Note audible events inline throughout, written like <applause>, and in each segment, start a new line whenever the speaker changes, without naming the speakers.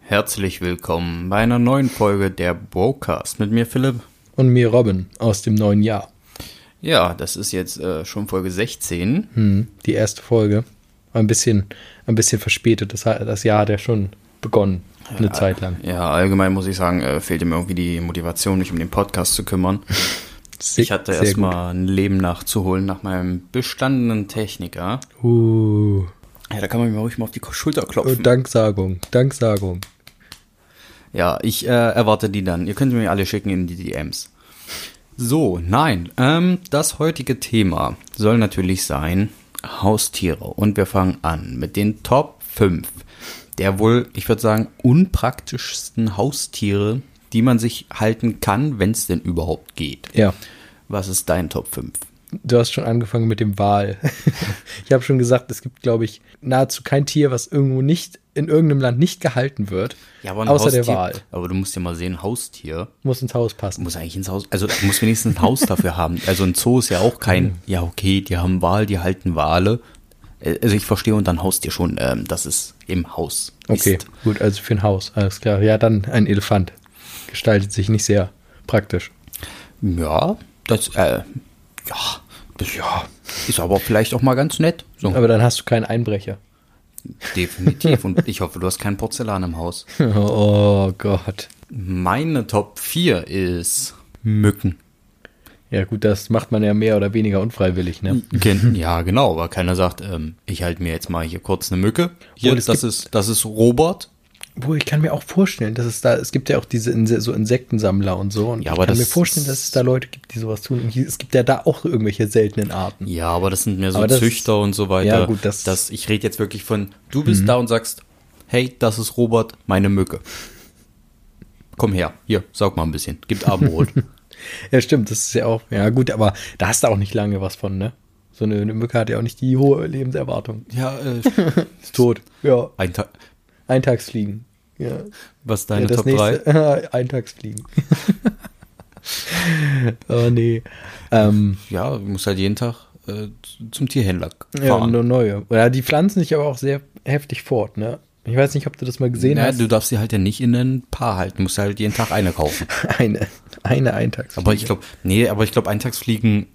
Herzlich willkommen bei einer neuen Folge der Brocast mit mir Philipp.
Und mir Robin aus dem neuen Jahr.
Ja, das ist jetzt äh, schon Folge 16.
Hm, die erste Folge. Ein bisschen, ein bisschen verspätet. Das, das Jahr hat ja schon begonnen. Eine
Ja,
Zeit lang.
Ja, allgemein muss ich sagen, äh, fehlte mir irgendwie die Motivation, mich um den Podcast zu kümmern.
Se-
Ich hatte
sehr gut.
erstmal ein Leben nachzuholen nach meinem bestandenen Techniker.
Uh, Oh,
Ja, da kann man mir ruhig mal auf die Ko- Schulter klopfen.
Danksagung, Danksagung.
Ja, ich äh, erwarte die dann. Ihr könnt mir alle schicken in die DMs. So, nein. Ähm, das heutige Thema soll natürlich sein Haustiere. Und wir fangen an mit den Top 5 der wohl, ich würde sagen, unpraktischsten Haustiere, die man sich halten kann, wenn es denn überhaupt geht.
Ja,
Was ist dein Top 5?
du hast schon angefangen mit dem Wal. <laughs> ich habe schon gesagt, es gibt, glaube ich, nahezu kein Tier, was irgendwo nicht, in irgendeinem Land nicht gehalten wird. außer der Wal.
Aber du musst ja mal sehen, ein Haustier
Muss ins Haus passen.
muss eigentlich ins Haus, also muss wenigstens ein Haus dafür haben. Also ein Zoo ist ja auch
Mhm.
kein, ja okay, die haben Wal, die halten Wale. Äh, Also ich verstehe und dann Haustier schon, ähm, dass es im Haus
Okay,
ist.
gut, also für ein Haus, alles klar. Ja, dann ein Elefant. Gestaltet sich nicht sehr praktisch.
Ja, das, äh, ja, das ja, ist aber vielleicht auch mal ganz nett. So,
Aber dann hast du keinen Einbrecher.
definitiv. Und ich hoffe, du hast kein Porzellan im Haus.
<laughs> Oh Gott.
Meine Top 4 ist Mücken.
Ja, gut, das macht man ja mehr oder weniger unfreiwillig, ne?
Gen- Ja, genau, aber keiner sagt, ähm, ich halte mir jetzt mal hier kurz eine Mücke. Hier,
Obwohl, es
das,
gibt-
ist, das ist Robert.
Obwohl, ich kann mir auch vorstellen, dass es da, es gibt ja auch diese Inse so Insektensammler und so. Und
Ja, aber
ich kann
das
mir vorstellen, dass es da Leute gibt, die sowas tun. Und hier- es gibt ja da auch irgendwelche seltenen Arten.
Ja, aber das sind mehr so
Aber das-
Züchter und so weiter.
Ja, gut, das- Mhm.
das ich rede jetzt wirklich von, du bist da und sagst, hey, das ist Robert, meine Mücke. Komm her, hier, saug mal ein bisschen, gibt
<laughs>
Abendbrot.
Ja, stimmt, das ist ja auch, ja gut, aber da hast du auch nicht lange was von, ne? So eine, eine Mücke hat ja auch nicht die hohe Lebenserwartung.
ja, äh,
<laughs> Ist tot. Ja,
ein Tag.
Eintagsfliegen. Ja.
Was ist deine
ja, das
Top 3?
nächste, <laughs> Eintagsfliegen. oh nee. Ähm,
Ja, du musst halt jeden Tag äh, z- zum Tierhändler
Ja,
fahren.
nur neue. Ja, die pflanzen sich aber auch sehr heftig fort, ne? Ich weiß nicht, ob du das mal gesehen
Naja,
hast.
du darfst sie halt ja nicht in ein Paar halten, du musst halt jeden Tag eine kaufen.
<laughs> eine, eine Eintagsfliege.
Aber ich glaube, nee, aber ich glaube, Eintagsfliegen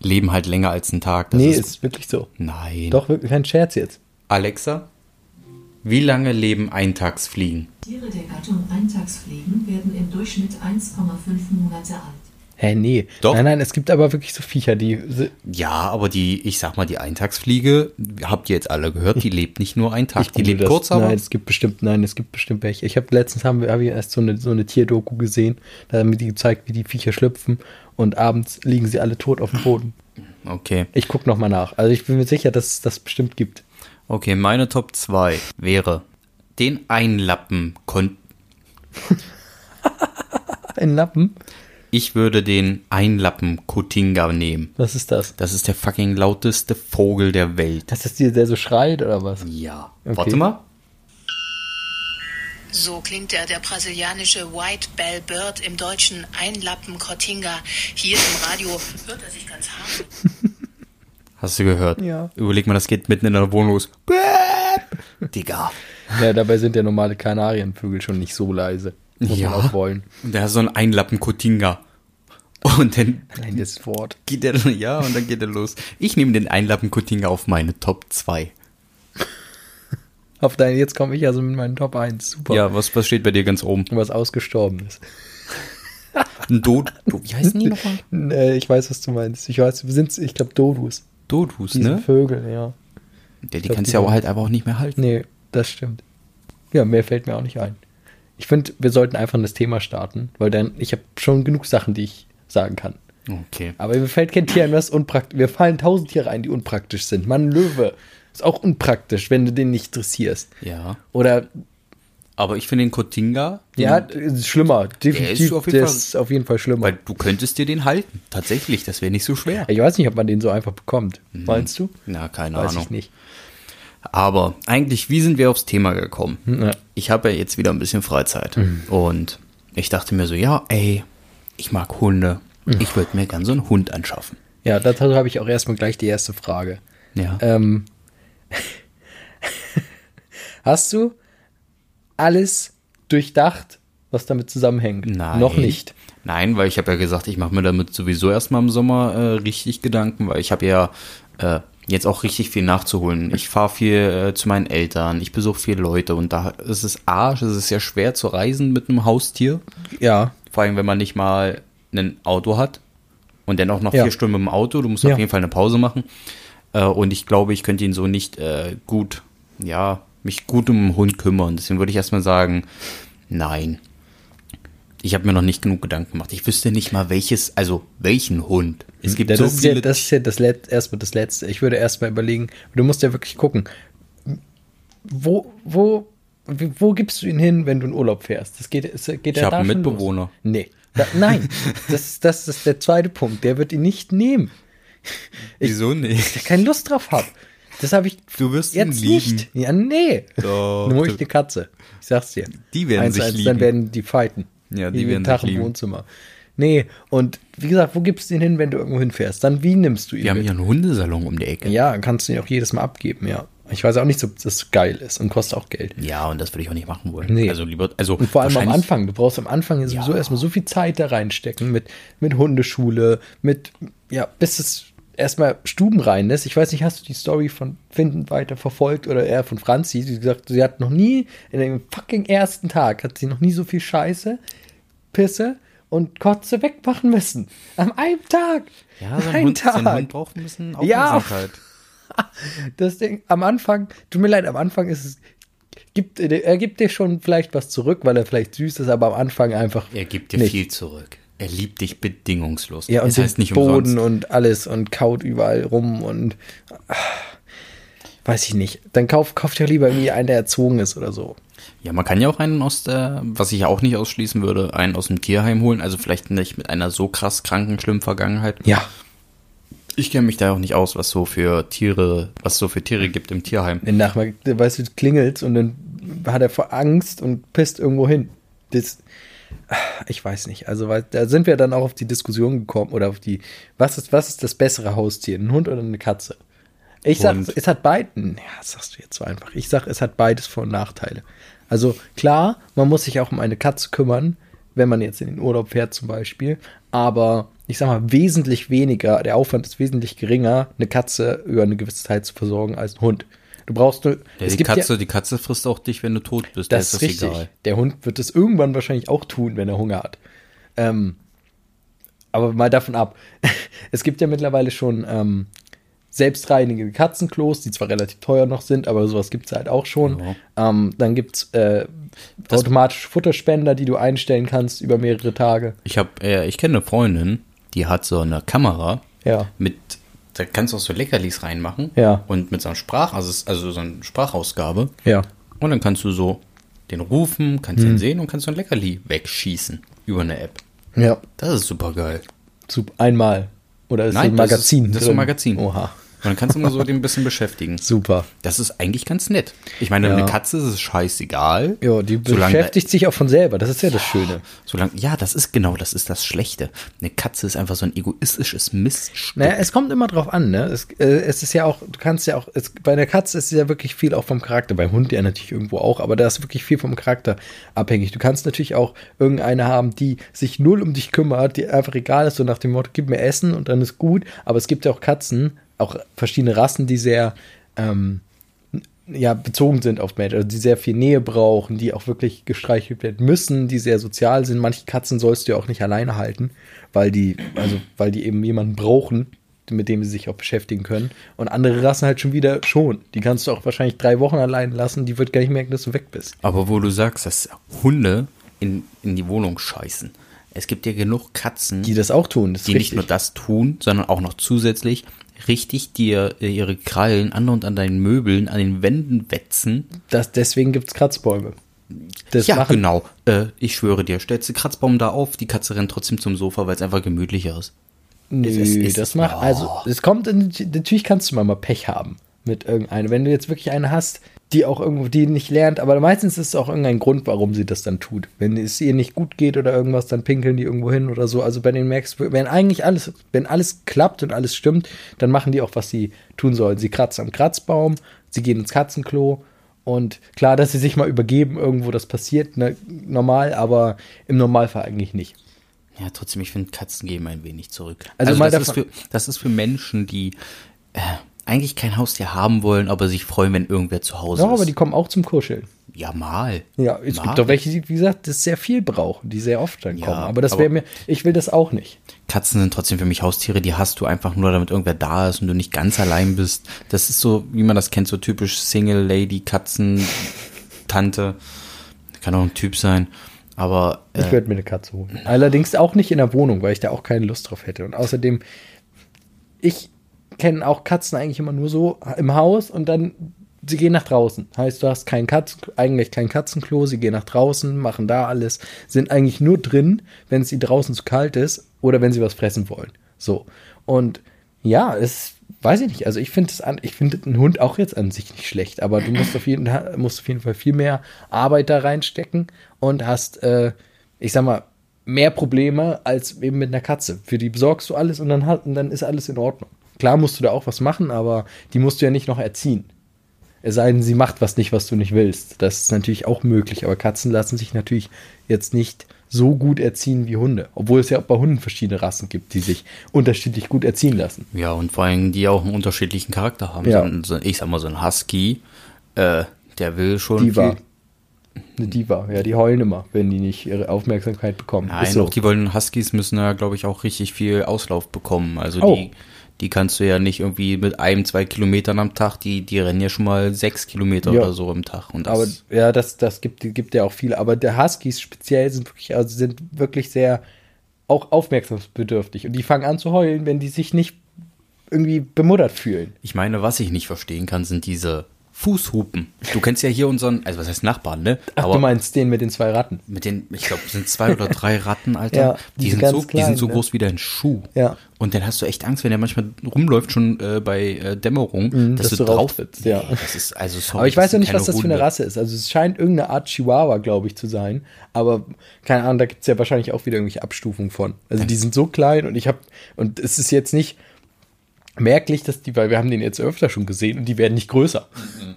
leben halt länger als einen Tag. Das
nee,
ist,
ist wirklich so.
nein.
Doch, wirklich kein Scherz jetzt.
Alexa, wie lange leben Eintagsfliegen?
Tiere der Gattung Eintagsfliegen werden im Durchschnitt 1,5 Monate alt.
Hä, nee.
Doch.
Nein, nein, es gibt aber wirklich so Viecher, die. si-
Ja, aber die, ich sag mal, die Eintagsfliege, habt ihr jetzt alle gehört, die lebt nicht nur einen Tag. die lebt
das.
kurz, aber
Nein, es gibt bestimmt, nein, es gibt bestimmt welche. Ich habe letztens haben wir, hab ich erst so eine, so eine Tierdoku gesehen, da haben die gezeigt, wie die Viecher schlüpfen und abends liegen sie alle tot auf dem Boden.
okay.
Ich guck noch mal nach. Also ich bin mir sicher, dass es das bestimmt gibt.
Okay, meine Top 2 wäre den Einlappen. Kon
Ein Lappen?
ich würde den Einlappen Kotinga nehmen.
Was ist das?
Das ist der fucking lauteste Vogel der Welt.
Das ist der, der so schreit oder was?
Ja.
Okay.
Warte mal.
So klingt er, der brasilianische White Bell Bird im deutschen Einlappen Cortinga. Hier im Radio hört er sich ganz harmlos.
Hast du gehört?
Ja.
Überleg mal, das geht mitten in der Wohnung los. Bäp. Digga.
Ja, dabei sind ja normale Kanarienvögel schon nicht so leise. Muss
Ja.
man auch wollen.
Und der hat so einen Einlappen Kotinga. Und dann
Allein das Wort.
geht er, <laughs> ja, und dann geht er los. Ich nehme den Einlappen Kutinga auf meine Top 2.
Auf deine, jetzt komme ich also mit meinen Top 1. Super.
Ja, was, was steht bei dir ganz oben?
Was ausgestorben ist.
Ein Dodo, wie heißen die
<laughs>
nochmal?
Äh, Ich weiß, was du meinst. Ich weiß, wir sind, ich glaube, Dodus.
Dodus,
Diese
ne?
Vögel,
Ja,
ja.
die
glaub,
kannst du
die
ja aber
waren-
halt einfach auch nicht mehr halten.
Nee, das stimmt. Ja, mehr fällt mir auch nicht ein. Ich finde, wir sollten einfach in das Thema starten, weil dann, ich habe schon genug Sachen, die ich sagen kann.
Okay.
Aber mir fällt kein Tier ein, was unpraktisch. Wir fallen tausend Tiere ein, die unpraktisch sind. Mann, Löwe ist auch unpraktisch, wenn du den nicht dressierst.
Ja.
Oder
Aber ich finde den Kotinga,
ja, ist schlimmer. Definitiv, der ist auf jeden, Fall, schlimmer.
weil du könntest dir den halten. Tatsächlich, das wäre nicht so schwer.
ich weiß nicht, ob man den so einfach bekommt. Meinst du?
Na, keine
weiß
Ahnung.
ich nicht.
Aber eigentlich, wie sind wir aufs Thema gekommen?
Ja.
Ich habe ja Mhm. jetzt wieder ein bisschen Freizeit. Und ich dachte mir so, ja, ey, ich mag Hunde. Ich würde mir gern so einen Hund anschaffen.
Ja, dazu habe ich auch erstmal gleich die erste Frage.
Ja.
Ähm, <laughs> hast du alles durchdacht, was damit zusammenhängt.
Nein.
Noch nicht.
Nein, weil ich habe ja gesagt, ich mache mir damit sowieso erstmal im Sommer äh, richtig Gedanken, weil ich habe ja äh, jetzt auch richtig viel nachzuholen. Ich fahre viel äh, zu meinen Eltern, ich besuche viele Leute und da ist es Arsch, es ist ja schwer zu reisen mit einem Haustier.
Ja.
Vor allem, wenn man nicht mal ein Auto hat und dann auch noch
Ja.
vier Stunden mit dem Auto. Du musst
Ja.
auf jeden Fall eine Pause machen. Äh, und ich glaube, ich könnte ihn so nicht äh, gut, ja, mich gut um den Hund kümmern. Deswegen würde ich erstmal sagen, nein. Ich habe mir noch nicht genug Gedanken gemacht. Ich wüsste nicht mal welches, also welchen Hund. Es gibt
das,
so
ist ja,
viele.
das ist ja das Let erstmal das Letzte. Ich würde erstmal überlegen, du musst ja wirklich gucken, wo, wo, wie- wo gibst du ihn hin, wenn du in Urlaub fährst? Das geht, es geht
Ich
ja
hab
da
einen
schon
Mitbewohner.
Los. Nee. Da, nein, das, das ist der zweite Punkt. Der wird ihn nicht nehmen,
Wieso nicht?
weil ich keine Lust drauf habe. Das habe ich
Du wirst ihn
jetzt
lieben.
nicht. Ja, nee.
Doch, du-
Nur ich eine Katze. Ich sag's dir.
Die werden sich lieben.
Dann werden die fighten.
Ja, die
Jeden
werden
Tag
sich
im
lieben.
Wohnzimmer. Nee, und wie gesagt, wo gibst du ihn hin, wenn du irgendwo hinfährst? Dann wie nimmst du ihn
Wir haben
mit?
hier einen Hundesalon um die Ecke.
Ja, kannst du ihn auch jedes Mal abgeben, ja. Ich weiß auch nicht, ob das geil ist und kostet auch Geld.
Ja, und das würde ich auch nicht machen wollen.
Nee.
Also lieber, also
Und vor allem am
wahrscheinlich-
Anfang. Du brauchst am Anfang ja sowieso erstmal so viel Zeit da reinstecken mit, mit Hundeschule, mit, ja, bis es erstmal Stuben rein ist. Ich weiß nicht, hast du die Story von Finden weiter verfolgt oder eher von Franzi? Die gesagt, sie hat noch nie, in dem fucking ersten Tag hat sie noch nie so viel Scheiße, Pisse und Kotze wegmachen müssen. Am einen Tag.
Ja,
Am
so ein
einen
Hund, so ein Hund braucht ein bisschen
Ja.
Aufmerksamkeit.
das Ding am Anfang, tut mir leid, am Anfang ist es, gibt, er gibt dir schon vielleicht was zurück, weil er vielleicht süß ist, aber am Anfang einfach.
Er gibt dir
nicht.
viel zurück. Er liebt dich bedingungslos.
Ja, und
das heißt nicht
Boden
umsonst.
und alles und kaut überall rum und ah, weiß ich nicht. Dann kauf, kauf dir lieber irgendwie einen, der erzogen ist oder so.
Ja, man kann ja auch einen aus der, was ich ja auch nicht ausschließen würde, einen aus dem Tierheim holen. Also vielleicht nicht mit einer so krass kranken, schlimmen Vergangenheit.
Ja.
Ich kenne mich da auch nicht aus, was so für Tiere, was so für Tiere gibt im Tierheim.
Wenn nachher, weißt du, du klingelst und dann hat er vor Angst und pisst irgendwo hin. Das, ah, ich weiß nicht. Also, weil, da sind wir dann auch auf die Diskussion gekommen oder auf die, was ist, was ist das bessere Haustier, ein Hund oder eine Katze? Ich sag,
Hund.
es hat beiden, ja, das sagst du jetzt so einfach. Ich sag, es hat beides Vor- und Nachteile. Also, klar, man muss sich auch um eine Katze kümmern, wenn man jetzt in den Urlaub fährt zum Beispiel, aber ich sag mal, wesentlich weniger, der Aufwand ist wesentlich geringer, eine Katze über eine gewisse Zeit zu versorgen als einen Hund. Du brauchst nur,
Ja, die, Katze, die Katze frisst auch dich, wenn du tot bist. Da
das ist richtig. Der Hund wird es irgendwann wahrscheinlich auch tun, wenn er Hunger hat. Ähm, aber mal davon ab. <laughs> Es gibt ja mittlerweile schon ähm, selbstreinigende Katzenklos, die zwar relativ teuer noch sind, aber sowas gibt es halt auch schon. Ähm, dann gibt es äh, automatische Futterspender, die du einstellen kannst über mehrere Tage.
Ich habe, äh, ich kenne eine Freundin, die hat so eine Kamera.
Ja.
Mit, da kannst du auch so Leckerlis reinmachen.
Ja.
Und mit so einem Sprach, also, es- also so eine Sprachausgabe.
Ja.
Und dann kannst du so den rufen, kannst
Hm.
ihn sehen und kannst so ein Leckerli wegschießen über eine App.
Ja.
Das ist super geil.
Zu einmal. Oder ist
Nein,
ein Magazin?
Das ist, das ist so
drin?
ein Magazin.
Oha.
Und dann kannst du
<laughs>
immer so den ein bisschen beschäftigen.
Super.
Das ist eigentlich ganz nett. Ich meine,
Ja.
eine Katze ist es scheißegal.
Ja, die
solange-
beschäftigt sich auch von selber. Das ist ja das Schöne.
Solange, ja, das ist genau, das ist das Schlechte. Eine Katze ist einfach so ein egoistisches Miststück.
Naja, es kommt immer drauf an, ne? Es, äh, es ist ja auch, du kannst ja auch, es, bei der Katze ist ja wirklich viel auch vom Charakter, beim Hund ja natürlich irgendwo auch, aber da ist wirklich viel vom Charakter abhängig. Du kannst natürlich auch irgendeine haben, die sich null um dich kümmert, die einfach egal ist, so nach dem Motto, gib mir Essen und dann ist gut, aber es gibt ja auch Katzen, auch verschiedene Rassen, die sehr, ähm, ja, bezogen sind auf Menschen, also die sehr viel Nähe brauchen, die auch wirklich gestreichelt werden müssen, die sehr sozial sind. Manche Katzen sollst du ja auch nicht alleine halten, weil die, also weil die eben jemanden brauchen, mit dem sie sich auch beschäftigen können. Und andere Rassen halt schon wieder schon. Die kannst du auch wahrscheinlich drei Wochen allein lassen, die wird gar nicht merken, dass du weg bist.
Aber wo du sagst, dass Hunde in, in die Wohnung scheißen. Es gibt ja genug Katzen,
Die das auch tun, das ist
die nicht
richtig.
nur das tun, sondern auch noch zusätzlich richtig dir äh, ihre Krallen an und an deinen Möbeln, an den Wänden wetzen.
das, deswegen gibt es Kratzbäume. Das
ja,
machen
genau. Äh, ich schwöre dir, stellst du Kratzbaum da auf, die Katze rennt trotzdem zum Sofa, weil es einfach gemütlicher ist.
Nö,
Es ist- es
das
ist-
macht,
oh.
also es kommt, in, natürlich kannst du mal, mal Pech haben mit irgendeiner. Wenn du jetzt wirklich eine hast, die auch irgendwo, die nicht lernt, aber meistens ist es auch irgendein Grund, warum sie das dann tut. Wenn es ihr nicht gut geht oder irgendwas, dann pinkeln die irgendwo hin oder so. Also bei den merkst du, wenn eigentlich alles, wenn alles klappt und alles stimmt, dann machen die auch, was sie tun sollen. Sie kratzen am Kratzbaum, sie gehen ins Katzenklo Und klar, dass sie sich mal übergeben irgendwo, das passiert, ne, normal, aber im Normalfall eigentlich nicht.
Ja, trotzdem, ich finde, Katzen geben ein wenig zurück.
Also
Also,
mal
das, ist
davon-
für, das ist für Menschen, die äh, eigentlich kein Haustier haben wollen, aber sich freuen, wenn irgendwer zu Hause
Ja, aber
ist.
die kommen auch zum Kuscheln.
ja, mal.
Ja, es
mal.
gibt doch welche, die, wie gesagt, das sehr viel brauchen, die sehr oft dann
Ja,
kommen. Aber das
aber-
wäre mir, ich will das auch nicht.
Katzen sind trotzdem für mich Haustiere, die hast du einfach nur, damit irgendwer da ist und du nicht ganz allein bist. Das ist so, wie man das kennt, so typisch Single Lady, Katzen, Tante. Kann auch ein Typ sein. Aber äh,
Ich würde mir eine Katze holen. Allerdings auch nicht in der Wohnung, weil ich da auch keine Lust drauf hätte. Und außerdem, ich kenne auch Katzen eigentlich immer nur so im Haus und dann, sie gehen nach draußen. Heißt, du hast kein Katzen, eigentlich kein Katzenklo, sie gehen nach draußen, machen da alles, sind eigentlich nur drin, wenn es ihnen draußen zu kalt ist oder wenn sie was fressen wollen. So. Und ja, es weiß ich nicht. Also ich finde es an, ich finde einen Hund auch jetzt an sich nicht schlecht, aber du musst auf jeden, musst auf jeden Fall viel mehr Arbeit da reinstecken und hast, äh, ich sag mal, mehr Probleme als eben mit einer Katze. Für die besorgst du alles und dann, hat, und dann ist alles in Ordnung. Klar musst du da auch was machen, aber die musst du ja nicht noch erziehen. Es sei denn, sie macht was nicht, was du nicht willst. Das ist natürlich auch möglich, aber Katzen lassen sich natürlich jetzt nicht so gut erziehen wie Hunde. Obwohl es ja auch bei Hunden verschiedene Rassen gibt, die sich unterschiedlich gut erziehen lassen.
ja, und vor allem, die auch einen unterschiedlichen Charakter haben.
Ja.
So ein, so, ich sag mal, so ein Husky, äh, der will schon.
Diva.
viel-
Eine Diva, ja, die heulen immer, wenn die nicht ihre Aufmerksamkeit bekommen.
Nein,
Ist so.
auch die wollen Huskies müssen ja, glaube ich, auch richtig viel Auslauf bekommen. Also
Oh.
die, die kannst du ja nicht irgendwie mit einem, zwei Kilometern am Tag, die, die rennen ja schon mal sechs Kilometer
Ja.
oder so im Tag. Und das,
aber ja, das, das gibt, gibt ja auch viele. Aber der Huskies speziell sind wirklich, also sind wirklich sehr auch aufmerksamsbedürftig. Und die fangen an zu heulen, wenn die sich nicht irgendwie bemuttert fühlen.
ich meine, was ich nicht verstehen kann, sind diese Fußhupen. Du kennst ja hier unseren, also was heißt Nachbarn, ne?
Ach, du meinst den mit den zwei Ratten.
mit den, ich glaube, es sind zwei oder drei Ratten, Alter.
Ja, die
die,
sind
sind so, die
ganz klein,
sind so
ne?
groß wie dein Schuh.
Ja.
Und dann hast du echt Angst, wenn der manchmal rumläuft, schon äh, bei äh, Dämmerung,
Mhm,
dass, du drauf
trittst, ja.
Nee, das ist also sorry,
Aber ich weiß
das
ja
sind
nicht,
keine
was das für eine
Hunde.
Rasse ist. Also es scheint irgendeine Art Chihuahua, glaube ich, zu sein. Aber keine Ahnung, da gibt es ja wahrscheinlich auch wieder irgendwelche Abstufungen von. Also die sind so klein und ich habe, und es ist jetzt nicht merklich, dass die, weil wir haben den jetzt öfter schon gesehen und die werden nicht größer.
Mhm.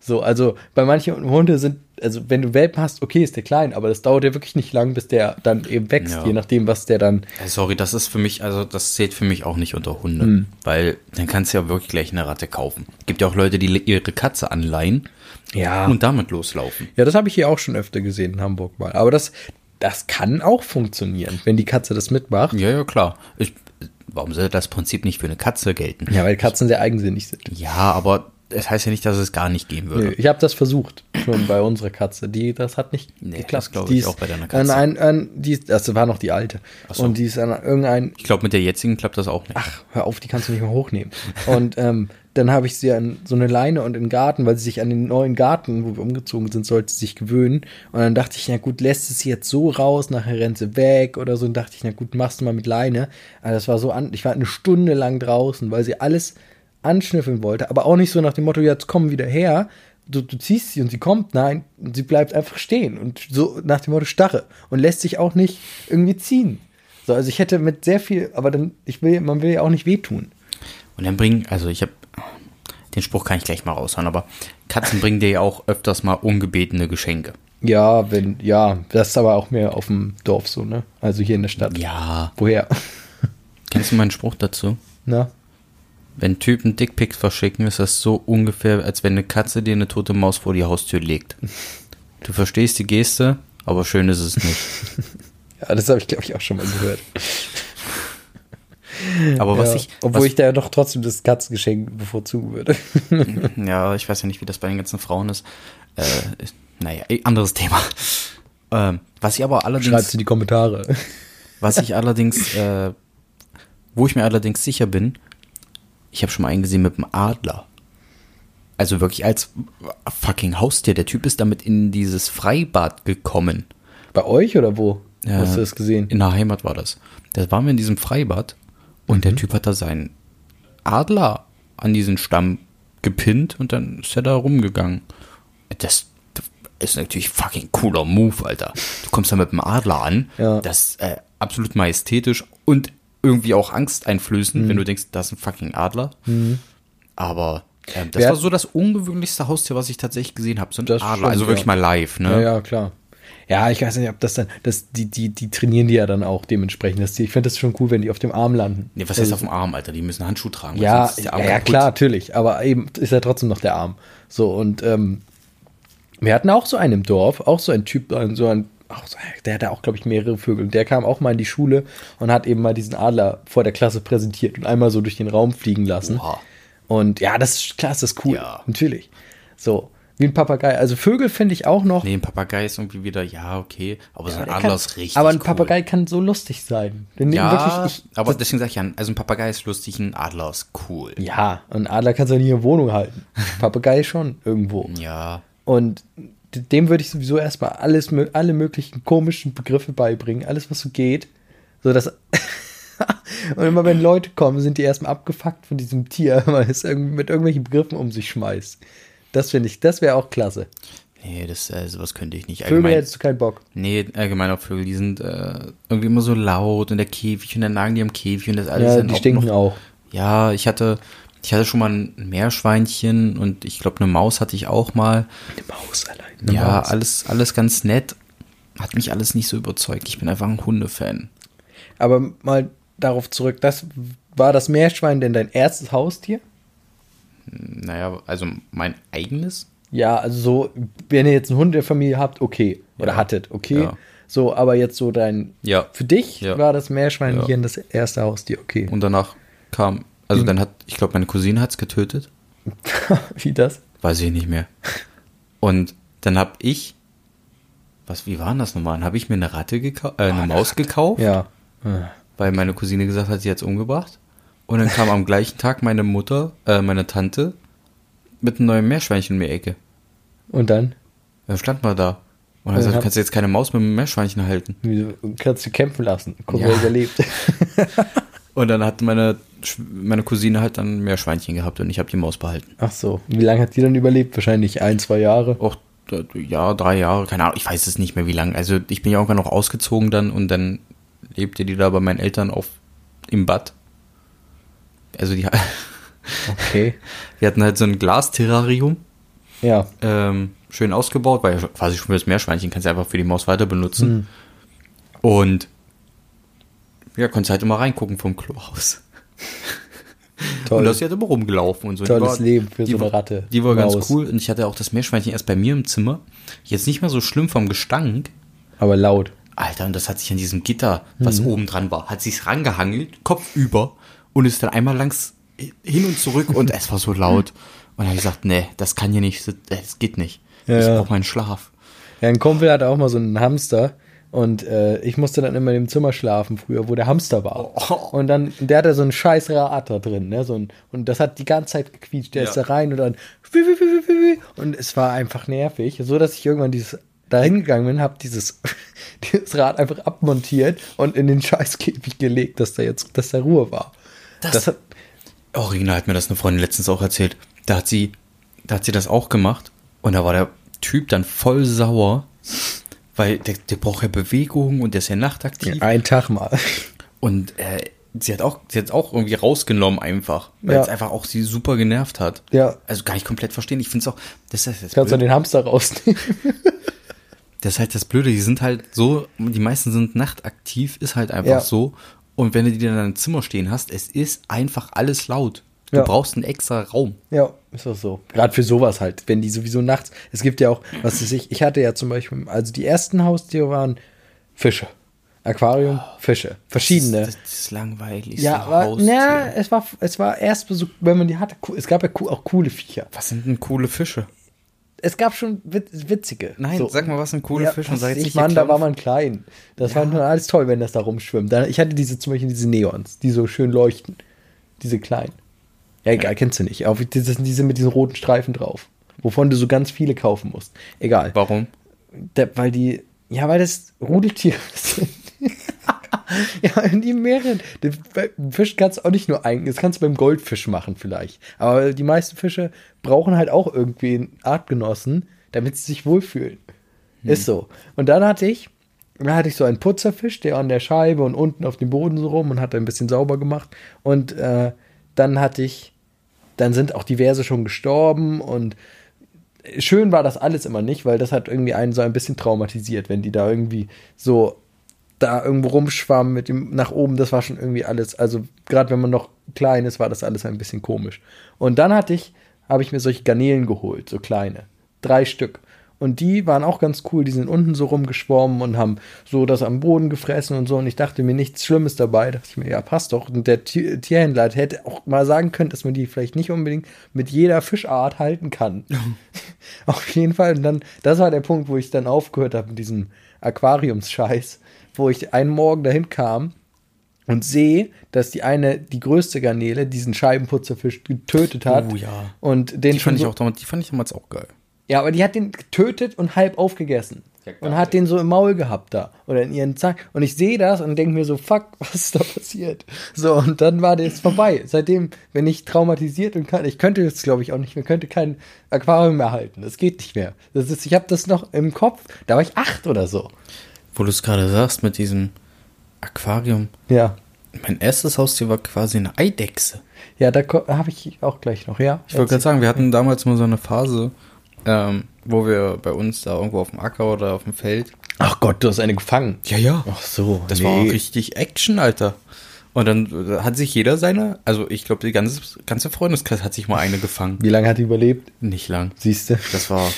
So, also bei manchen Hunde sind, also wenn du Welpen hast, okay, ist der klein, aber das dauert ja wirklich nicht lang, bis der dann eben wächst,
Ja.
je nachdem, was der dann
Ja, Äh, Sorry, das ist für mich, also das zählt für mich auch nicht unter Hunde,
Mhm.
weil dann kannst du ja wirklich gleich eine Ratte kaufen. Gibt ja auch Leute, die ihre Katze anleihen
Ja.
und damit loslaufen.
Ja, das habe ich hier auch schon öfter gesehen in Hamburg mal. Aber das, das kann auch funktionieren, wenn die Katze das mitmacht.
Ja, ja, klar. Ich, warum sollte das Prinzip nicht für eine Katze gelten?
Ja, weil Katzen sehr eigensinnig sind.
Ja, aber das heißt ja nicht, dass es gar nicht gehen würde.
Nö, Ich habe das versucht, schon bei unserer Katze. Die, das hat nicht
Nee,
geklappt.
das glaub
Die
ich
ist
auch bei deiner
An
Katze.
ein, an, die, ist- das war noch die alte.
so.
Und die ist an irgendein
Ich glaube, mit der jetzigen klappt das auch nicht.
ach, hör auf, die kannst du nicht mehr hochnehmen. Und ähm, dann habe ich sie an so eine Leine und in den Garten, weil sie sich an den neuen Garten, wo wir umgezogen sind, sollte sie sich gewöhnen. Und dann dachte ich, na gut, lässt es sie jetzt so raus, nachher rennt sie weg oder so. Und dachte ich, na gut, machst du mal mit Leine. Aber das war so an, ich war eine Stunde lang draußen, weil sie alles anschnüffeln wollte, aber auch nicht so nach dem Motto, jetzt komm wieder her. Du, du ziehst sie und sie kommt, nein, und sie bleibt einfach stehen und so nach dem Motto starre und lässt sich auch nicht irgendwie ziehen. So, also ich hätte mit sehr viel, aber dann, ich will, man will ja auch nicht wehtun.
Und dann bringen, also ich habe, den Spruch kann ich gleich mal raushauen, aber Katzen bringen dir ja auch öfters mal ungebetene Geschenke.
Ja, wenn, ja, das ist aber auch mehr auf dem Dorf so, ne? Also hier in der Stadt.
Ja.
Woher? <laughs> Ne?
Kennst du meinen Spruch dazu?
Na?
Wenn Typen Dickpics verschicken, ist das so ungefähr, als wenn eine Katze dir eine tote Maus vor die Haustür legt.
<laughs>
Du verstehst die Geste, aber schön ist es
<laughs>
nicht.
Ja, das habe ich, glaube ich, auch schon mal gehört.
Aber was
ja,
ich.
obwohl
was,
ich da doch trotzdem das Katzengeschenk
<laughs>
bevorzugen würde.
Ja, ich weiß ja nicht, wie das bei den ganzen Frauen ist. Äh, ist- naja, eh, anderes Thema. Ähm, was ich aber
Schreibst
allerdings.
in die Kommentare.
Was ich allerdings. Äh, wo ich mir allerdings sicher bin, ich habe schon mal einen gesehen mit einem Adler. Also wirklich als fucking Haustier. Der Typ ist damit in dieses Freibad gekommen.
<laughs> Bei euch oder wo? Hast du das gesehen?
In der Heimat war das. Da waren wir in diesem Freibad und
Mhm.
der Typ hat da seinen Adler an diesen Stamm gepinnt und dann ist er da rumgegangen. Das ist natürlich fucking cooler Move, Alter. Du kommst da mit dem Adler an,
Ja.
das ist äh, absolut majestätisch
Mhm.
und irgendwie auch angsteinflößend, wenn du denkst, das ist ein fucking Adler. Aber Ähm, das
Wer-
war so das ungewöhnlichste Haustier, was ich tatsächlich gesehen habe. So ein
Das
Adler,
stimmt,
also wirklich
ja.
mal live, ne?
Ja, ja, klar. Ja, ich weiß nicht, ob das dann, das, die, die, die trainieren die ja dann auch dementsprechend. Das, Tier. ich fände das schon cool, wenn die auf dem Arm landen. Also
Nee, was heißt auf dem Arm, Alter? Die müssen Handschuhe tragen. weil
Ja,
sonst ist der
ja,
Arm
ja
kaputt.
klar, natürlich. Aber eben ist ja trotzdem noch der Arm. So, und ähm, wir hatten auch so einen im Dorf, auch so ein Typ, ein- so ein, auch so, der hatte auch, glaube ich, mehrere Vögel. Und der kam auch mal in die Schule und hat eben mal diesen Adler vor der Klasse präsentiert und einmal so durch den Raum fliegen lassen.
Oha.
Und ja, das ist klar, das ist cool.
Ja.
Natürlich. So, wie ein Papagei. Also Vögel finde ich auch noch.
Nee, ein Papagei ist irgendwie wieder, ja, okay. Aber so ein
der
Adler
kann,
ist richtig
aber ein
cool.
Papagei kann so lustig sein. Wenn die
Ja,
wirklich, ich,
aber deswegen sag ich ja, also ein Papagei ist lustig, ein Adler ist cool.
ja, ein Adler kannst du nicht in der
<laughs>
Wohnung halten. Papagei schon irgendwo.
Ja.
Und d- dem würde ich sowieso erstmal alles, mö- alle möglichen komischen Begriffe beibringen, alles was so geht, so dass <laughs> und immer wenn Leute kommen, sind die erstmal abgefuckt von diesem Tier, <laughs> weil es irgendwie mit irgendwelchen Begriffen um sich schmeißt. Das finde ich, das wäre auch klasse.
Nee, das, äh, sowas könnte ich nicht.
Vögel
Allgemein,
hättest du keinen Bock.
nee, allgemein auf Vögel, die sind äh, irgendwie immer so laut und der Käfig und dann nagen die am Käfig und das alles.
Ja,
dann
die stinken
noch-
auch.
Ja, ich hatte, ich hatte schon mal ein Meerschweinchen und ich glaube, eine Maus hatte ich auch mal.
Eine Maus allein.
ja, alles, alles ganz nett. Hat mich alles nicht so überzeugt. Ich bin einfach ein Hundefan.
Aber mal darauf zurück, das war das Meerschwein denn dein erstes Haustier?
Naja, also mein eigenes?
Ja, also so, wenn ihr jetzt einen Hund in der Familie habt, okay. Oder
Ja.
hattet, okay.
Ja.
So, aber jetzt so dein.
Ja.
Für dich
Ja.
war das Meerschwein
Ja.
hier das erste Haustier, okay.
Und danach kam, also dann hat, ich glaube, meine Cousine hat's getötet.
<laughs> Wie das?
Weiß ich nicht <laughs> mehr. Und dann hab ich, was, wie war denn das nochmal? Dann hab ich mir eine Ratte gekauft, äh, eine Maus gekauft,
Ja.
weil meine Cousine gesagt hat, sie hat's umgebracht. Und dann kam am gleichen Tag meine Mutter, äh, meine Tante, mit einem neuen Meerschweinchen um die Ecke.
Und dann?
Dann stand man da. Und dann
Also
sagt, du
hab-
kannst jetzt keine Maus mit einem Meerschweinchen halten.
Wieso? Kannst du kämpfen lassen. Guck,
Ja.
wer überlebt. <laughs>
Und dann hat meine, Sch- meine Cousine halt dann ein Meerschweinchen gehabt und ich hab die Maus behalten.
Ach so. Wie lange hat die dann überlebt? Wahrscheinlich ein, zwei Jahre.
auch äh, ja, drei Jahre, keine Ahnung, ich weiß es nicht mehr wie lange. Also ich bin ja irgendwann noch ausgezogen dann und dann lebte die da bei meinen Eltern auf im Bad. Also die, <laughs>
Okay.
wir hatten halt so ein Glasterrarium,
Ja.
ähm, schön ausgebaut, weil ja quasi schon für das Meerschweinchen kannst du einfach für die Maus weiter benutzen. Und ja, konntest halt immer reingucken vom Klo aus.
Toll.
Und da ist sie halt immer rumgelaufen und so. Die
Tolles Leben für
die
so eine
war-
Ratte,
Die war ganz
Maus.
cool und ich hatte auch das Meerschweinchen erst bei mir im Zimmer. Jetzt nicht mehr so schlimm vom Gestank,
Aber laut.
Alter, und das hat sich an diesem Gitter, was
Mhm.
oben dran war, hat sich's rangehangelt, Kopf über und ist dann einmal langs hin und zurück und es war so laut. Und dann hab ich gesagt, nee, das kann hier nicht, sit- äh, das geht nicht.
Ja,
ich
ja.
brauch meinen Schlaf.
Ja, ein Kumpel hatte auch mal so einen Hamster und äh, ich musste dann immer in dem Zimmer schlafen früher, wo der Hamster war.
Oh.
Und dann, der hatte so einen scheiß Rad da drin, ne? So ein, und das hat die ganze Zeit gequietscht. Der
Ja.
ist da rein und dann wie, wie, wie, wie, wie, und es war einfach nervig, so dass ich irgendwann dieses da hingegangen bin, habe dieses, <laughs> dieses Rad einfach abmontiert und in den Scheißkäfig gelegt, dass da jetzt, dass da Ruhe war. Das, hat,
Original hat mir das eine Freundin letztens auch erzählt. Da hat sie, da hat sie das auch gemacht und da war der Typ dann voll sauer, weil der, der braucht ja Bewegung und der ist ja nachtaktiv.
ein Tag mal. <laughs>
Und äh, sie hat auch, sie hat auch irgendwie rausgenommen einfach, weil
Ja.
es einfach auch sie super genervt hat.
Ja.
Also gar nicht komplett verstehen. Ich finde es auch, das ist, das,
Kannst du
Blöde,
den Hamster rausnehmen?
das ist halt das Blöde. Die sind halt so, die meisten sind nachtaktiv, ist halt einfach
Ja.
so. Und wenn du die dann in deinem Zimmer stehen hast, es ist einfach alles laut. Du
Ja.
brauchst einen extra Raum.
Ja, ist auch so. Gerade für sowas halt, wenn die sowieso nachts. Es gibt ja auch, was weiß ich, ich hatte ja zum Beispiel, also die ersten Haustiere waren Fische. Aquarium, Fische. Verschiedene.
Das, das ist langweilig.
ja, aber na, es war, es war erst so, wenn man die hatte, co- es gab ja co- auch coole Viecher.
Was sind denn coole Fische?
Es gab schon wit- witzige.
Nein,
so.
sag mal, was sind coole Fische? Und
was
sag jetzt
weiß ich,
nicht
Mann,
hier
da war
Clown-
man klein. Das war schon alles toll, wenn das da rumschwimmt. Dann, ich hatte diese zum Beispiel diese Neons, die so schön leuchten. Diese kleinen. Ja, egal, kennst du nicht. Auf, das sind diese mit diesen roten Streifen drauf. Wovon du so ganz viele kaufen musst. Egal.
Warum?
Da, weil die, ja, weil das Rudeltiere <laughs> sind. ja, in die Meeren. Den Fe- Fisch kannst du auch nicht nur eigen, das kannst du beim Goldfisch machen vielleicht. Aber die meisten Fische brauchen halt auch irgendwie einen Artgenossen, damit sie sich wohlfühlen. Ist so. Und dann hatte ich, dann hatte ich so einen Putzerfisch, der an der Scheibe und unten auf dem Boden so rum und hat ein bisschen sauber gemacht. Und äh, dann hatte ich Dann sind auch diverse schon gestorben und schön war das alles immer nicht, weil das hat irgendwie einen so ein bisschen traumatisiert, wenn die da irgendwie so da irgendwo rumschwammen mit dem nach oben, das war schon irgendwie alles. Also gerade wenn man noch klein ist, war das alles ein bisschen komisch. Und dann hatte ich, habe ich mir solche Garnelen geholt, so kleine, drei Stück. Und die waren auch ganz cool, die sind unten so rumgeschwommen und haben so das am Boden gefressen und so. Und ich dachte mir nichts Schlimmes dabei. Dachte ich mir, ja, passt doch. Und der Tier- Tierhändler hätte auch mal sagen können, dass man die vielleicht nicht unbedingt mit jeder Fischart halten kann. Auf jeden Fall. Und dann, das war der Punkt, wo ich dann aufgehört habe mit diesem Aquariumsscheiß, wo ich einen Morgen dahin kam und sehe, dass die eine, die größte Garnele, diesen Scheibenputzerfisch getötet hat.
Oh ja.
Und den
Die fand,
schon
ich
so-
auch damals, die fand ich damals auch geil.
ja, aber die hat den getötet und halb aufgegessen. und hat den so im Maul gehabt da. Oder in ihren Zahn. Und ich sehe das und denke mir so, fuck, <laughs> was ist da passiert? So, und dann war das vorbei. Seitdem bin ich traumatisiert und kann, ich könnte jetzt, glaube ich, auch nicht mehr, könnte kein Aquarium mehr halten. Das geht nicht mehr. Das ist, ich habe das noch im Kopf. Da war ich acht oder so.
Wo du es gerade sagst mit diesem Aquarium.
Ja.
Mein erstes Haustier war quasi eine Eidechse.
Ja, da habe ich auch gleich noch, ja.
Ich wollte gerade sagen, wir hatten damals mal so eine Phase, ähm, wo wir bei uns da irgendwo auf dem Acker oder auf dem Feld. Oh,
Ach Gott, du hast eine gefangen.
Ja, ja.
Ach so.
Das war auch richtig Action, Alter. Und dann äh, hat sich jeder seine, also ich glaube, die ganze, ganze Freundeskreis hat sich mal eine gefangen.
Wie lange hat die überlebt?
Nicht lang.
Siehst du?
Das war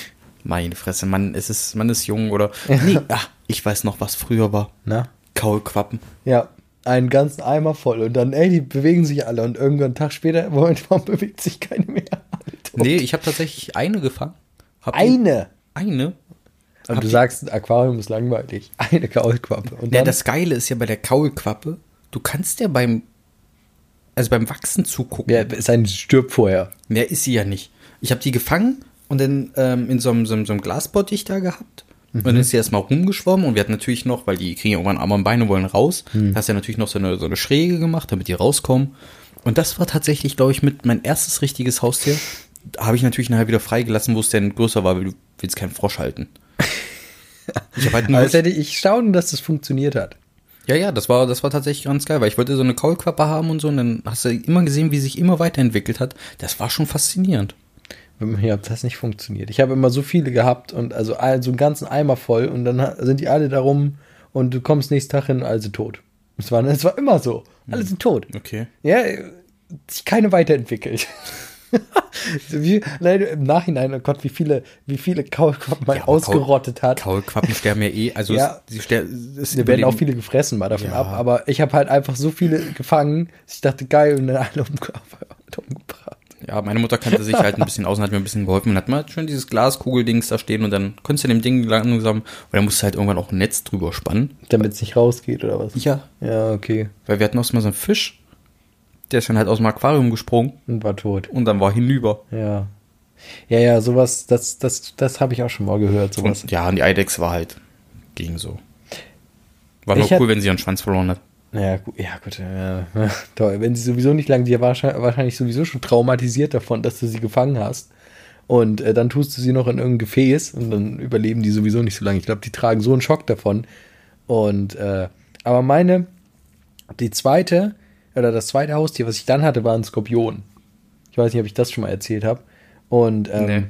meine Fresse. Man ist, es, man ist jung oder. Nee, ach, ich weiß noch, was früher war.
Na?
Kaulquappen.
Ja, einen ganzen Eimer voll und dann, ey, die bewegen sich alle und irgendwann einen Tag später, <laughs> Moment, warum bewegt sich keine mehr? <laughs> Alter.
Nee, ich habe tatsächlich eine gefangen. Hab die-
Eine!
Eine?
Und
Hab
du
ich-
sagst, ein Aquarium ist langweilig. <laughs> Eine Kaulquappe. Und
Ja,
dann,
das Geile ist ja bei der Kaulquappe, du kannst ja beim, also beim Wachsen zugucken.
ja, ist ein stirbt vorher.
Mehr ist sie ja nicht. Ich habe die gefangen und dann ähm, in so einem, so, einem- so einem Glasbottich da gehabt. Und dann ist sie erstmal rumgeschwommen und wir hatten natürlich noch, weil die kriegen ja irgendwann Arme und Beine wollen raus, hast ja natürlich noch so eine, so eine Schräge gemacht, damit die rauskommen. Und das war tatsächlich, glaube ich, mit mein erstes richtiges Haustier. Da habe ich natürlich nachher wieder freigelassen, wo es denn größer war, weil du willst keinen Frosch halten. Ich hab halt nur
Als hätte ich staunen, dass das funktioniert hat.
ja, ja, das war, das war tatsächlich ganz geil, weil ich wollte so eine Kaulquappe haben und so und dann hast du immer gesehen, wie sich immer weiterentwickelt hat. Das war schon faszinierend.
Ja, das hat nicht funktioniert. Ich habe immer so viele gehabt und also all- so einen ganzen Eimer voll und dann ha- sind die alle darum und du kommst nächsten Tag hin, alle sind tot. Es war, es war immer so. Alle
Hm.
sind tot.
Okay.
Ja, sich keine weiterentwickelt. <laughs> So wie, leider im Nachhinein, oh Gott, wie viele, wie viele Kaulquappen man
Ja, aber
ausgerottet
Kaul-
hat.
Kaulquappen sterben ja eh, also
<laughs> Ja.
es, sie sterben. Es
Wir werden auch
überleben-
viele gefressen, mal davon
Ja.
ab. Aber ich habe halt einfach so viele gefangen, dass ich dachte, geil, und dann alle <laughs> umge- umgebracht.
Ja, meine Mutter kannte sich halt ein bisschen aus und hat mir ein bisschen geholfen und hat mal schön dieses Glaskugeldings da stehen und dann konntest du dem Ding langsam, weil dann musst du halt irgendwann auch ein Netz drüber spannen.
Damit es nicht rausgeht, oder was?
Ja.
Ja, okay.
Weil wir hatten auch so mal so einen Fisch, der ist dann halt aus dem Aquarium gesprungen
Und war tot.
und dann war hinüber.
Ja. Ja, ja, sowas, das, das, das habe ich auch schon mal gehört, sowas.
Und, ja, und die Eidechse war halt, ging so. War
Ich
nur
hat-
cool, wenn sie ihren Schwanz verloren hat.
Naja, gut, <laughs> ja, gut. Ja, <laughs> ja, toll. Wenn sie sowieso nicht lang, die war wahrscheinlich, wahrscheinlich sowieso schon traumatisiert davon, dass du sie gefangen hast. Und äh, dann tust du sie noch in irgendein Gefäß und dann überleben die sowieso nicht so lange. Ich glaube, die tragen so einen Schock davon. Und, äh, aber meine, die zweite, oder das zweite Haustier, was ich dann hatte, war ein Skorpion. Ich weiß nicht, ob ich das schon mal erzählt habe. Und, ähm,
Nee.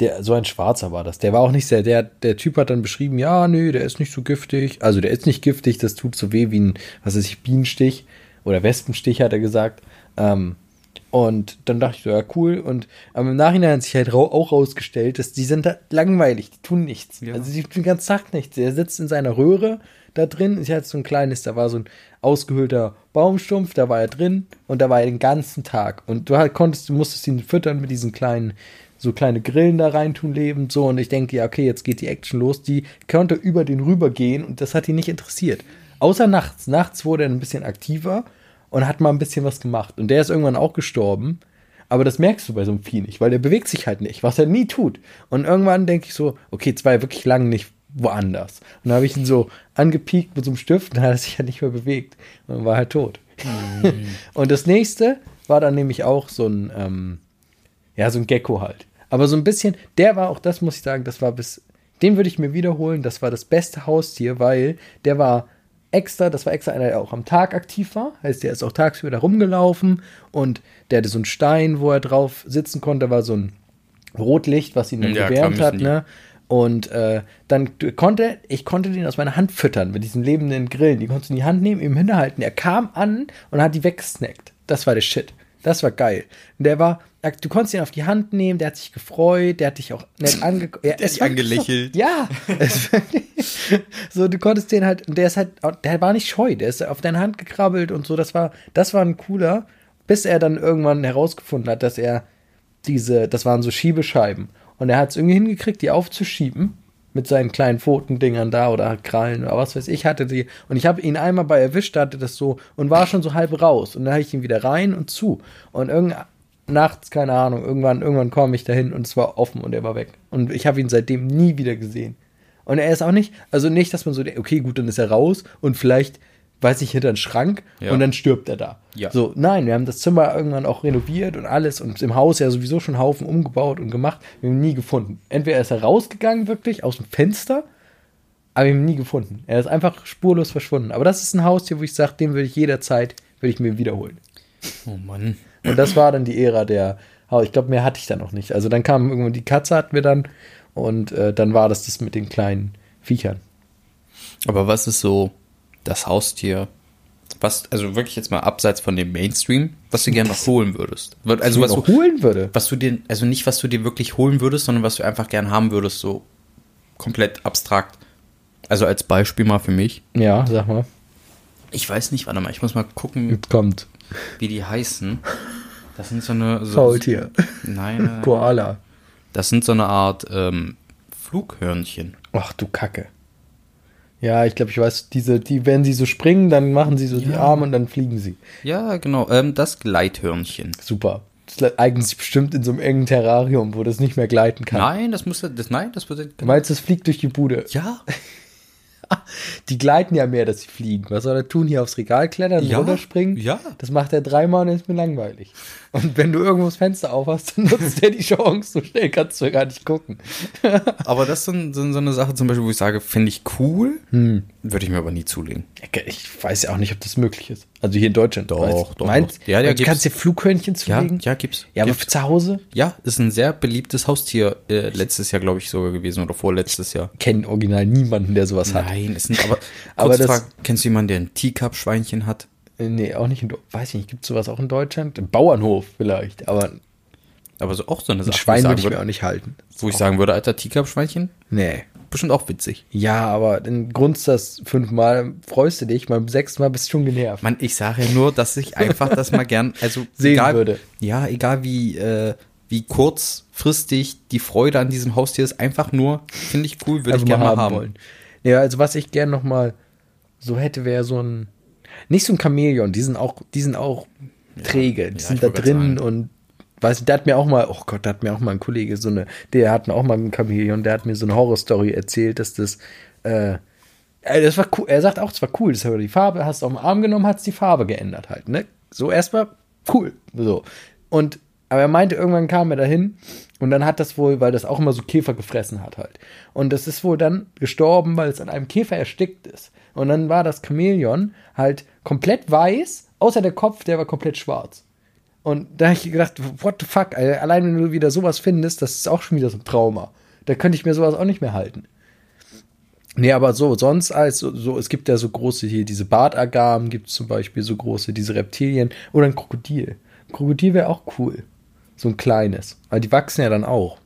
der, so ein Schwarzer war das. Der war auch nicht sehr, der, der Typ hat dann beschrieben, ja, nee, der ist nicht so giftig. Also der ist nicht giftig, das tut so weh wie ein, was weiß ich, Bienenstich oder Wespenstich, hat er gesagt. Ähm, und dann dachte ich so, ja, cool. Und aber im Nachhinein hat sich halt rau- auch rausgestellt, dass die sind da langweilig, die tun nichts.
Ja.
Also die tun den ganzen Tag nichts. Der sitzt in seiner Röhre da drin. Ich hatte so ein kleines, da war so ein ausgehöhlter Baumstumpf, da war er drin und da war er den ganzen Tag. Und du halt konntest, du musstest ihn füttern mit diesen kleinen, so kleine Grillen da reintun, lebend so. Und ich denke, ja, okay, jetzt geht die Action los. Die konnte über den rübergehen und das hat ihn nicht interessiert. Außer nachts. Nachts wurde er ein bisschen aktiver und hat mal ein bisschen was gemacht. Und der ist irgendwann auch gestorben. Aber das merkst du bei so einem Vieh nicht, weil der bewegt sich halt nicht, was er nie tut. Und irgendwann denke ich so, okay, jetzt war er wirklich lange nicht woanders. Und dann habe ich ihn so angepiekt mit so einem Stift und dann hat er sich halt nicht mehr bewegt. Und dann war halt tot. und das nächste war dann nämlich auch so ein, ähm, ja, so ein Gecko halt. Aber so ein bisschen, der war auch, das muss ich sagen, das war bis, den würde ich mir wiederholen, das war das beste Haustier, weil der war extra, das war extra einer, der auch am Tag aktiv war. Heißt, der ist auch tagsüber da rumgelaufen und der hatte so einen Stein, wo er drauf sitzen konnte, war so ein Rotlicht, was ihn dann
Ja, klar
gewärmt
müssen
hat,
die.
ne? Und äh, dann konnte ich konnte den aus meiner Hand füttern mit diesen lebenden Grillen. Die konntest du in die Hand nehmen, ihm hinterhalten. Er kam an und hat die weggesnackt. Das war der Shit. Das war geil. Und der war, du konntest ihn auf die Hand nehmen, der hat sich gefreut, der hat dich auch
<laughs>
nett angeguckt. Ja,
hat dich angelächelt.
Ja. Es war- so, du konntest den halt, und der ist halt, der war nicht scheu, der ist auf deine Hand gekrabbelt und so. Das war, das war ein cooler, bis er dann irgendwann herausgefunden hat, dass er diese, das waren so Schiebescheiben. Und er hat es irgendwie hingekriegt, die aufzuschieben mit seinen kleinen Pfotendingern da oder Krallen oder was weiß ich, hatte die. Und ich habe ihn einmal bei erwischt, da hatte das so und war schon so halb raus. Und dann habe ich ihn wieder rein und zu. Und irgend nachts, keine Ahnung, irgendwann, irgendwann komme ich dahin und es war offen und er war weg. Und ich habe ihn seitdem nie wieder gesehen. Und er ist auch nicht, also nicht, dass man so, denkt, okay, gut, dann ist er raus und vielleicht, weiß ich, hinter den Schrank
Ja.
und dann stirbt er da.
Ja.
So, nein, wir haben das Zimmer irgendwann auch renoviert und alles und im Haus ja sowieso schon Haufen umgebaut und gemacht. Wir haben ihn nie gefunden. Entweder ist er rausgegangen wirklich aus dem Fenster, aber wir haben ihn nie gefunden. Er ist einfach spurlos verschwunden. Aber das ist ein Haustier, wo ich sage, den würde ich jederzeit, würde ich mir wiederholen.
Oh Mann.
Und das war dann die Ära der Hau- Ich glaube, mehr hatte ich da noch nicht. Also dann kam irgendwann die Katze hatten wir dann und äh, dann war das das mit den kleinen Viechern.
Aber was ist so das Haustier, was, also wirklich jetzt mal abseits von dem Mainstream, was du gerne noch holen würdest? Wird- Also was
ich
du,
mir noch holen würde.
was du dir, also nicht, was du dir wirklich holen würdest, sondern was du einfach gern haben würdest, so komplett abstrakt. Also als Beispiel mal für mich.
Ja, sag mal.
Ich weiß nicht, warte mal, ich muss mal gucken,
Jetzt kommt.
wie die heißen. Das sind so eine. So,
Faultier.
Nein, nein, nein.
Koala.
Das sind so eine Art ähm, Flughörnchen.
Ach du Kacke. Ja, ich glaube, ich weiß, diese, die, wenn sie so springen, dann machen sie so die Arme und dann fliegen sie.
Ja, genau. Ähm, das Gleithörnchen.
Super. Das le- eignet sich bestimmt in so einem engen Terrarium, wo das nicht mehr gleiten kann.
Nein, das muss das. Nein, das würde.
Meinst du, es fliegt durch die Bude?
Ja,
Die gleiten ja mehr, dass sie fliegen. Was soll er tun? Hier aufs Regal klettern,
Ja,
runterspringen?
ja.
Das macht er dreimal und dann ist mir langweilig. Und wenn du irgendwo das Fenster aufhast, dann nutzt er die Chance. So schnell kannst du ja gar nicht gucken.
aber das sind, sind so eine Sache zum Beispiel, wo ich sage, finde ich cool,
Hm.
würde ich mir aber nie zulegen.
Ich weiß ja auch nicht, ob das möglich ist. Also hier in Deutschland.
Doch,
weiß ich.
doch, doch.
Meinst,
Ja, ja,
du kannst hier
gibt's.
Flughörnchen
Ja,
zulegen?
ja, gibt's.
Ja, aber
Gibt's.
zu Hause?
Ja, ist ein sehr beliebtes Haustier. Äh, letztes Jahr, glaube ich, sogar gewesen oder vorletztes Jahr.
kennen original niemanden, der sowas hat.
Nein, ist nicht. Aber,
<laughs> Aber
kurz
das-
Frage, kennst du jemanden, der ein Teacup-Schweinchen hat?
Äh, Nee, auch nicht in Deutschland. Weiß ich nicht, gibt es sowas auch in Deutschland? Im Bauernhof vielleicht, aber ein
Aber so auch so eine Sache.
Schwein
wo
würde
ich
ich
sagen
mir auch
würde,
nicht halten.
wo ich sagen würde alter Teacup-Schweinchen,
Nee.
bestimmt auch witzig.
Ja, aber dann grunzt das fünfmal, freust du dich, beim sechsten Mal bist du schon genervt.
Mann, ich sage ja nur, dass ich einfach das mal gern, also
<laughs> Sehen
egal,
würde.
Ja, egal wie, äh, wie kurzfristig die Freude an diesem Haustier ist, einfach nur, finde ich cool,
Also
würde ich gerne mal haben.
Ja, also was ich gerne noch mal so hätte, wäre so ein, nicht so ein Chamäleon, die sind auch, die sind auch träge, die
ja, ich
sind da
wollt grad
drin
sagen.
und weiß nicht, da hat mir auch mal, oh Gott, da hat mir auch mal ein Kollege so eine, der hat mir auch mal ein Chamäleon, der hat mir so eine Horrorstory erzählt, dass das, äh, äh, das war cool, er sagt auch, es war cool, das war die Farbe, hast du auf den Arm genommen, hat die Farbe geändert halt, ne? So erstmal cool, so. Und, aber er meinte, irgendwann kam er dahin und dann hat das wohl, weil das auch immer so Käfer gefressen hat halt. Und das ist wohl dann gestorben, weil es an einem Käfer erstickt ist. Und dann war das Chamäleon halt komplett weiß, außer der Kopf, der war komplett schwarz. Und da habe ich gedacht, what the fuck, Alter, allein wenn du wieder sowas findest, das ist auch schon wieder so ein Trauma. Da könnte ich mir sowas auch nicht mehr halten. Nee, aber so, sonst als so, so es gibt ja so große hier, diese Bartagamen gibt es zum Beispiel, so große, diese Reptilien oder ein Krokodil. Ein Krokodil wäre auch cool. So ein kleines. Weil die wachsen ja dann auch.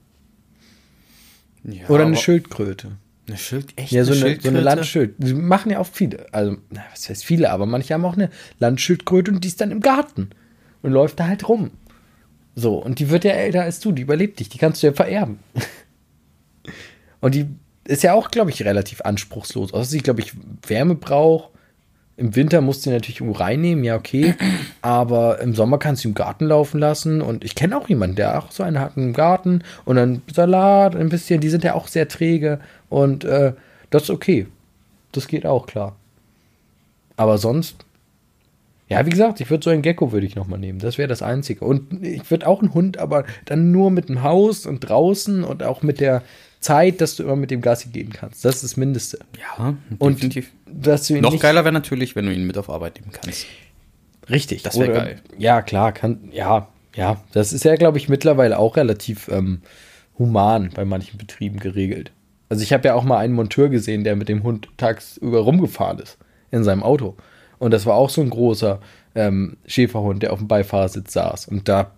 Ja,
Oder eine
aber-
Schildkröte.
Eine Schild, echt
Ja, so eine, so
Schildkröte?
eine Landschild. Die machen ja auch viele. Also, na, was heißt viele, aber manche haben auch eine Landschildkröte und die ist dann im Garten und läuft da halt rum. So, und die wird ja älter als du, die überlebt dich, die kannst du ja vererben. <laughs> Und die ist ja auch, glaube ich, relativ anspruchslos. Außer sie, glaube ich, Wärme braucht. Im Winter musst du sie natürlich irgendwo reinnehmen,
<clears throat>
ja, okay. Aber im Sommer kannst du im Garten laufen lassen. Und ich kenne auch jemanden, der auch so einen hat im Garten. Und dann Salat, ein bisschen. Die sind ja auch sehr träge. Und äh, das ist okay. Das geht auch, klar. Aber sonst. Ja, wie gesagt, ich würde so einen Gecko würde ich nochmal nehmen. Das wäre das Einzige. Und ich würde auch einen Hund, aber dann nur mit dem Haus und draußen und auch mit der Zeit, dass du immer mit dem Gassi gehen kannst. Das ist das Mindeste.
Ja,
Und
definitiv.
dass du ihn
Noch
nicht-
geiler wäre natürlich, wenn du ihn mit auf Arbeit nehmen kannst.
Richtig.
Das wär
Oder-
geil.
Ja, klar, kann, ja, ja. Das ist ja, glaube ich, mittlerweile auch relativ ähm, human bei manchen Betrieben geregelt. Also ich habe ja auch mal einen Monteur gesehen, der mit dem Hund tagsüber rumgefahren ist in seinem Auto. Und das war auch so ein großer ähm, Schäferhund, der auf dem Beifahrersitz saß. Und da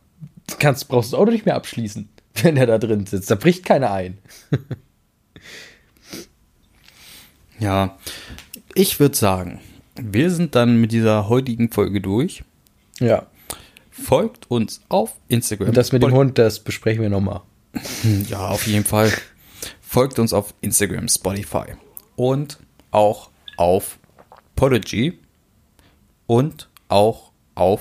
kannst, brauchst du das Auto nicht mehr abschließen, <laughs> wenn er da drin sitzt. Da bricht keiner ein.
Ja, ich würde sagen, wir sind dann mit dieser heutigen Folge durch.
Ja.
Folgt uns auf Instagram.
Und das mit dem
Folgt-
Hund, das besprechen wir nochmal.
Ja, auf jeden Fall. Folgt uns auf Instagram, Spotify und auch auf Podigy und auch auf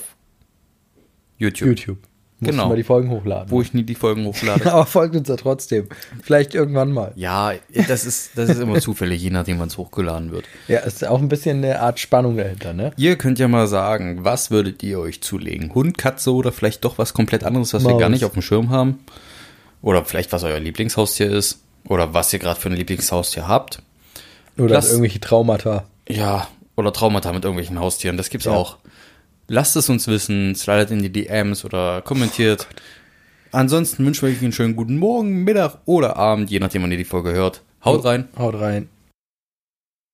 YouTube,
YouTube. Musst
Genau.
genau. mal die Folgen hochladen.
wo ich nie die Folgen hochlade.
<laughs> Aber folgt uns ja trotzdem. Vielleicht irgendwann mal.
ja, das ist, das ist
<laughs>
immer zufällig, je nachdem, wann es hochgeladen wird.
Ja, ist auch ein bisschen eine Art Spannung dahinter, ne?
Ihr könnt ja mal sagen, was würdet ihr euch zulegen? Hund, Katze oder vielleicht doch was komplett anderes, was wir
Maus.
gar nicht auf dem Schirm haben? Oder vielleicht, was euer Lieblingshaustier ist? Oder was ihr gerade für ein Lieblingshaustier habt?
Oder
Lass-
irgendwelche Traumata.
Ja, oder Traumata mit irgendwelchen Haustieren, das gibt's
Ja.
auch. Lasst es uns wissen, slidet in die DMs oder kommentiert.
Oh Oh.
Ansonsten wünschen wir euch einen schönen guten Morgen, Mittag oder Abend, je nachdem, wann ihr die Folge hört. Haut rein.
Haut rein.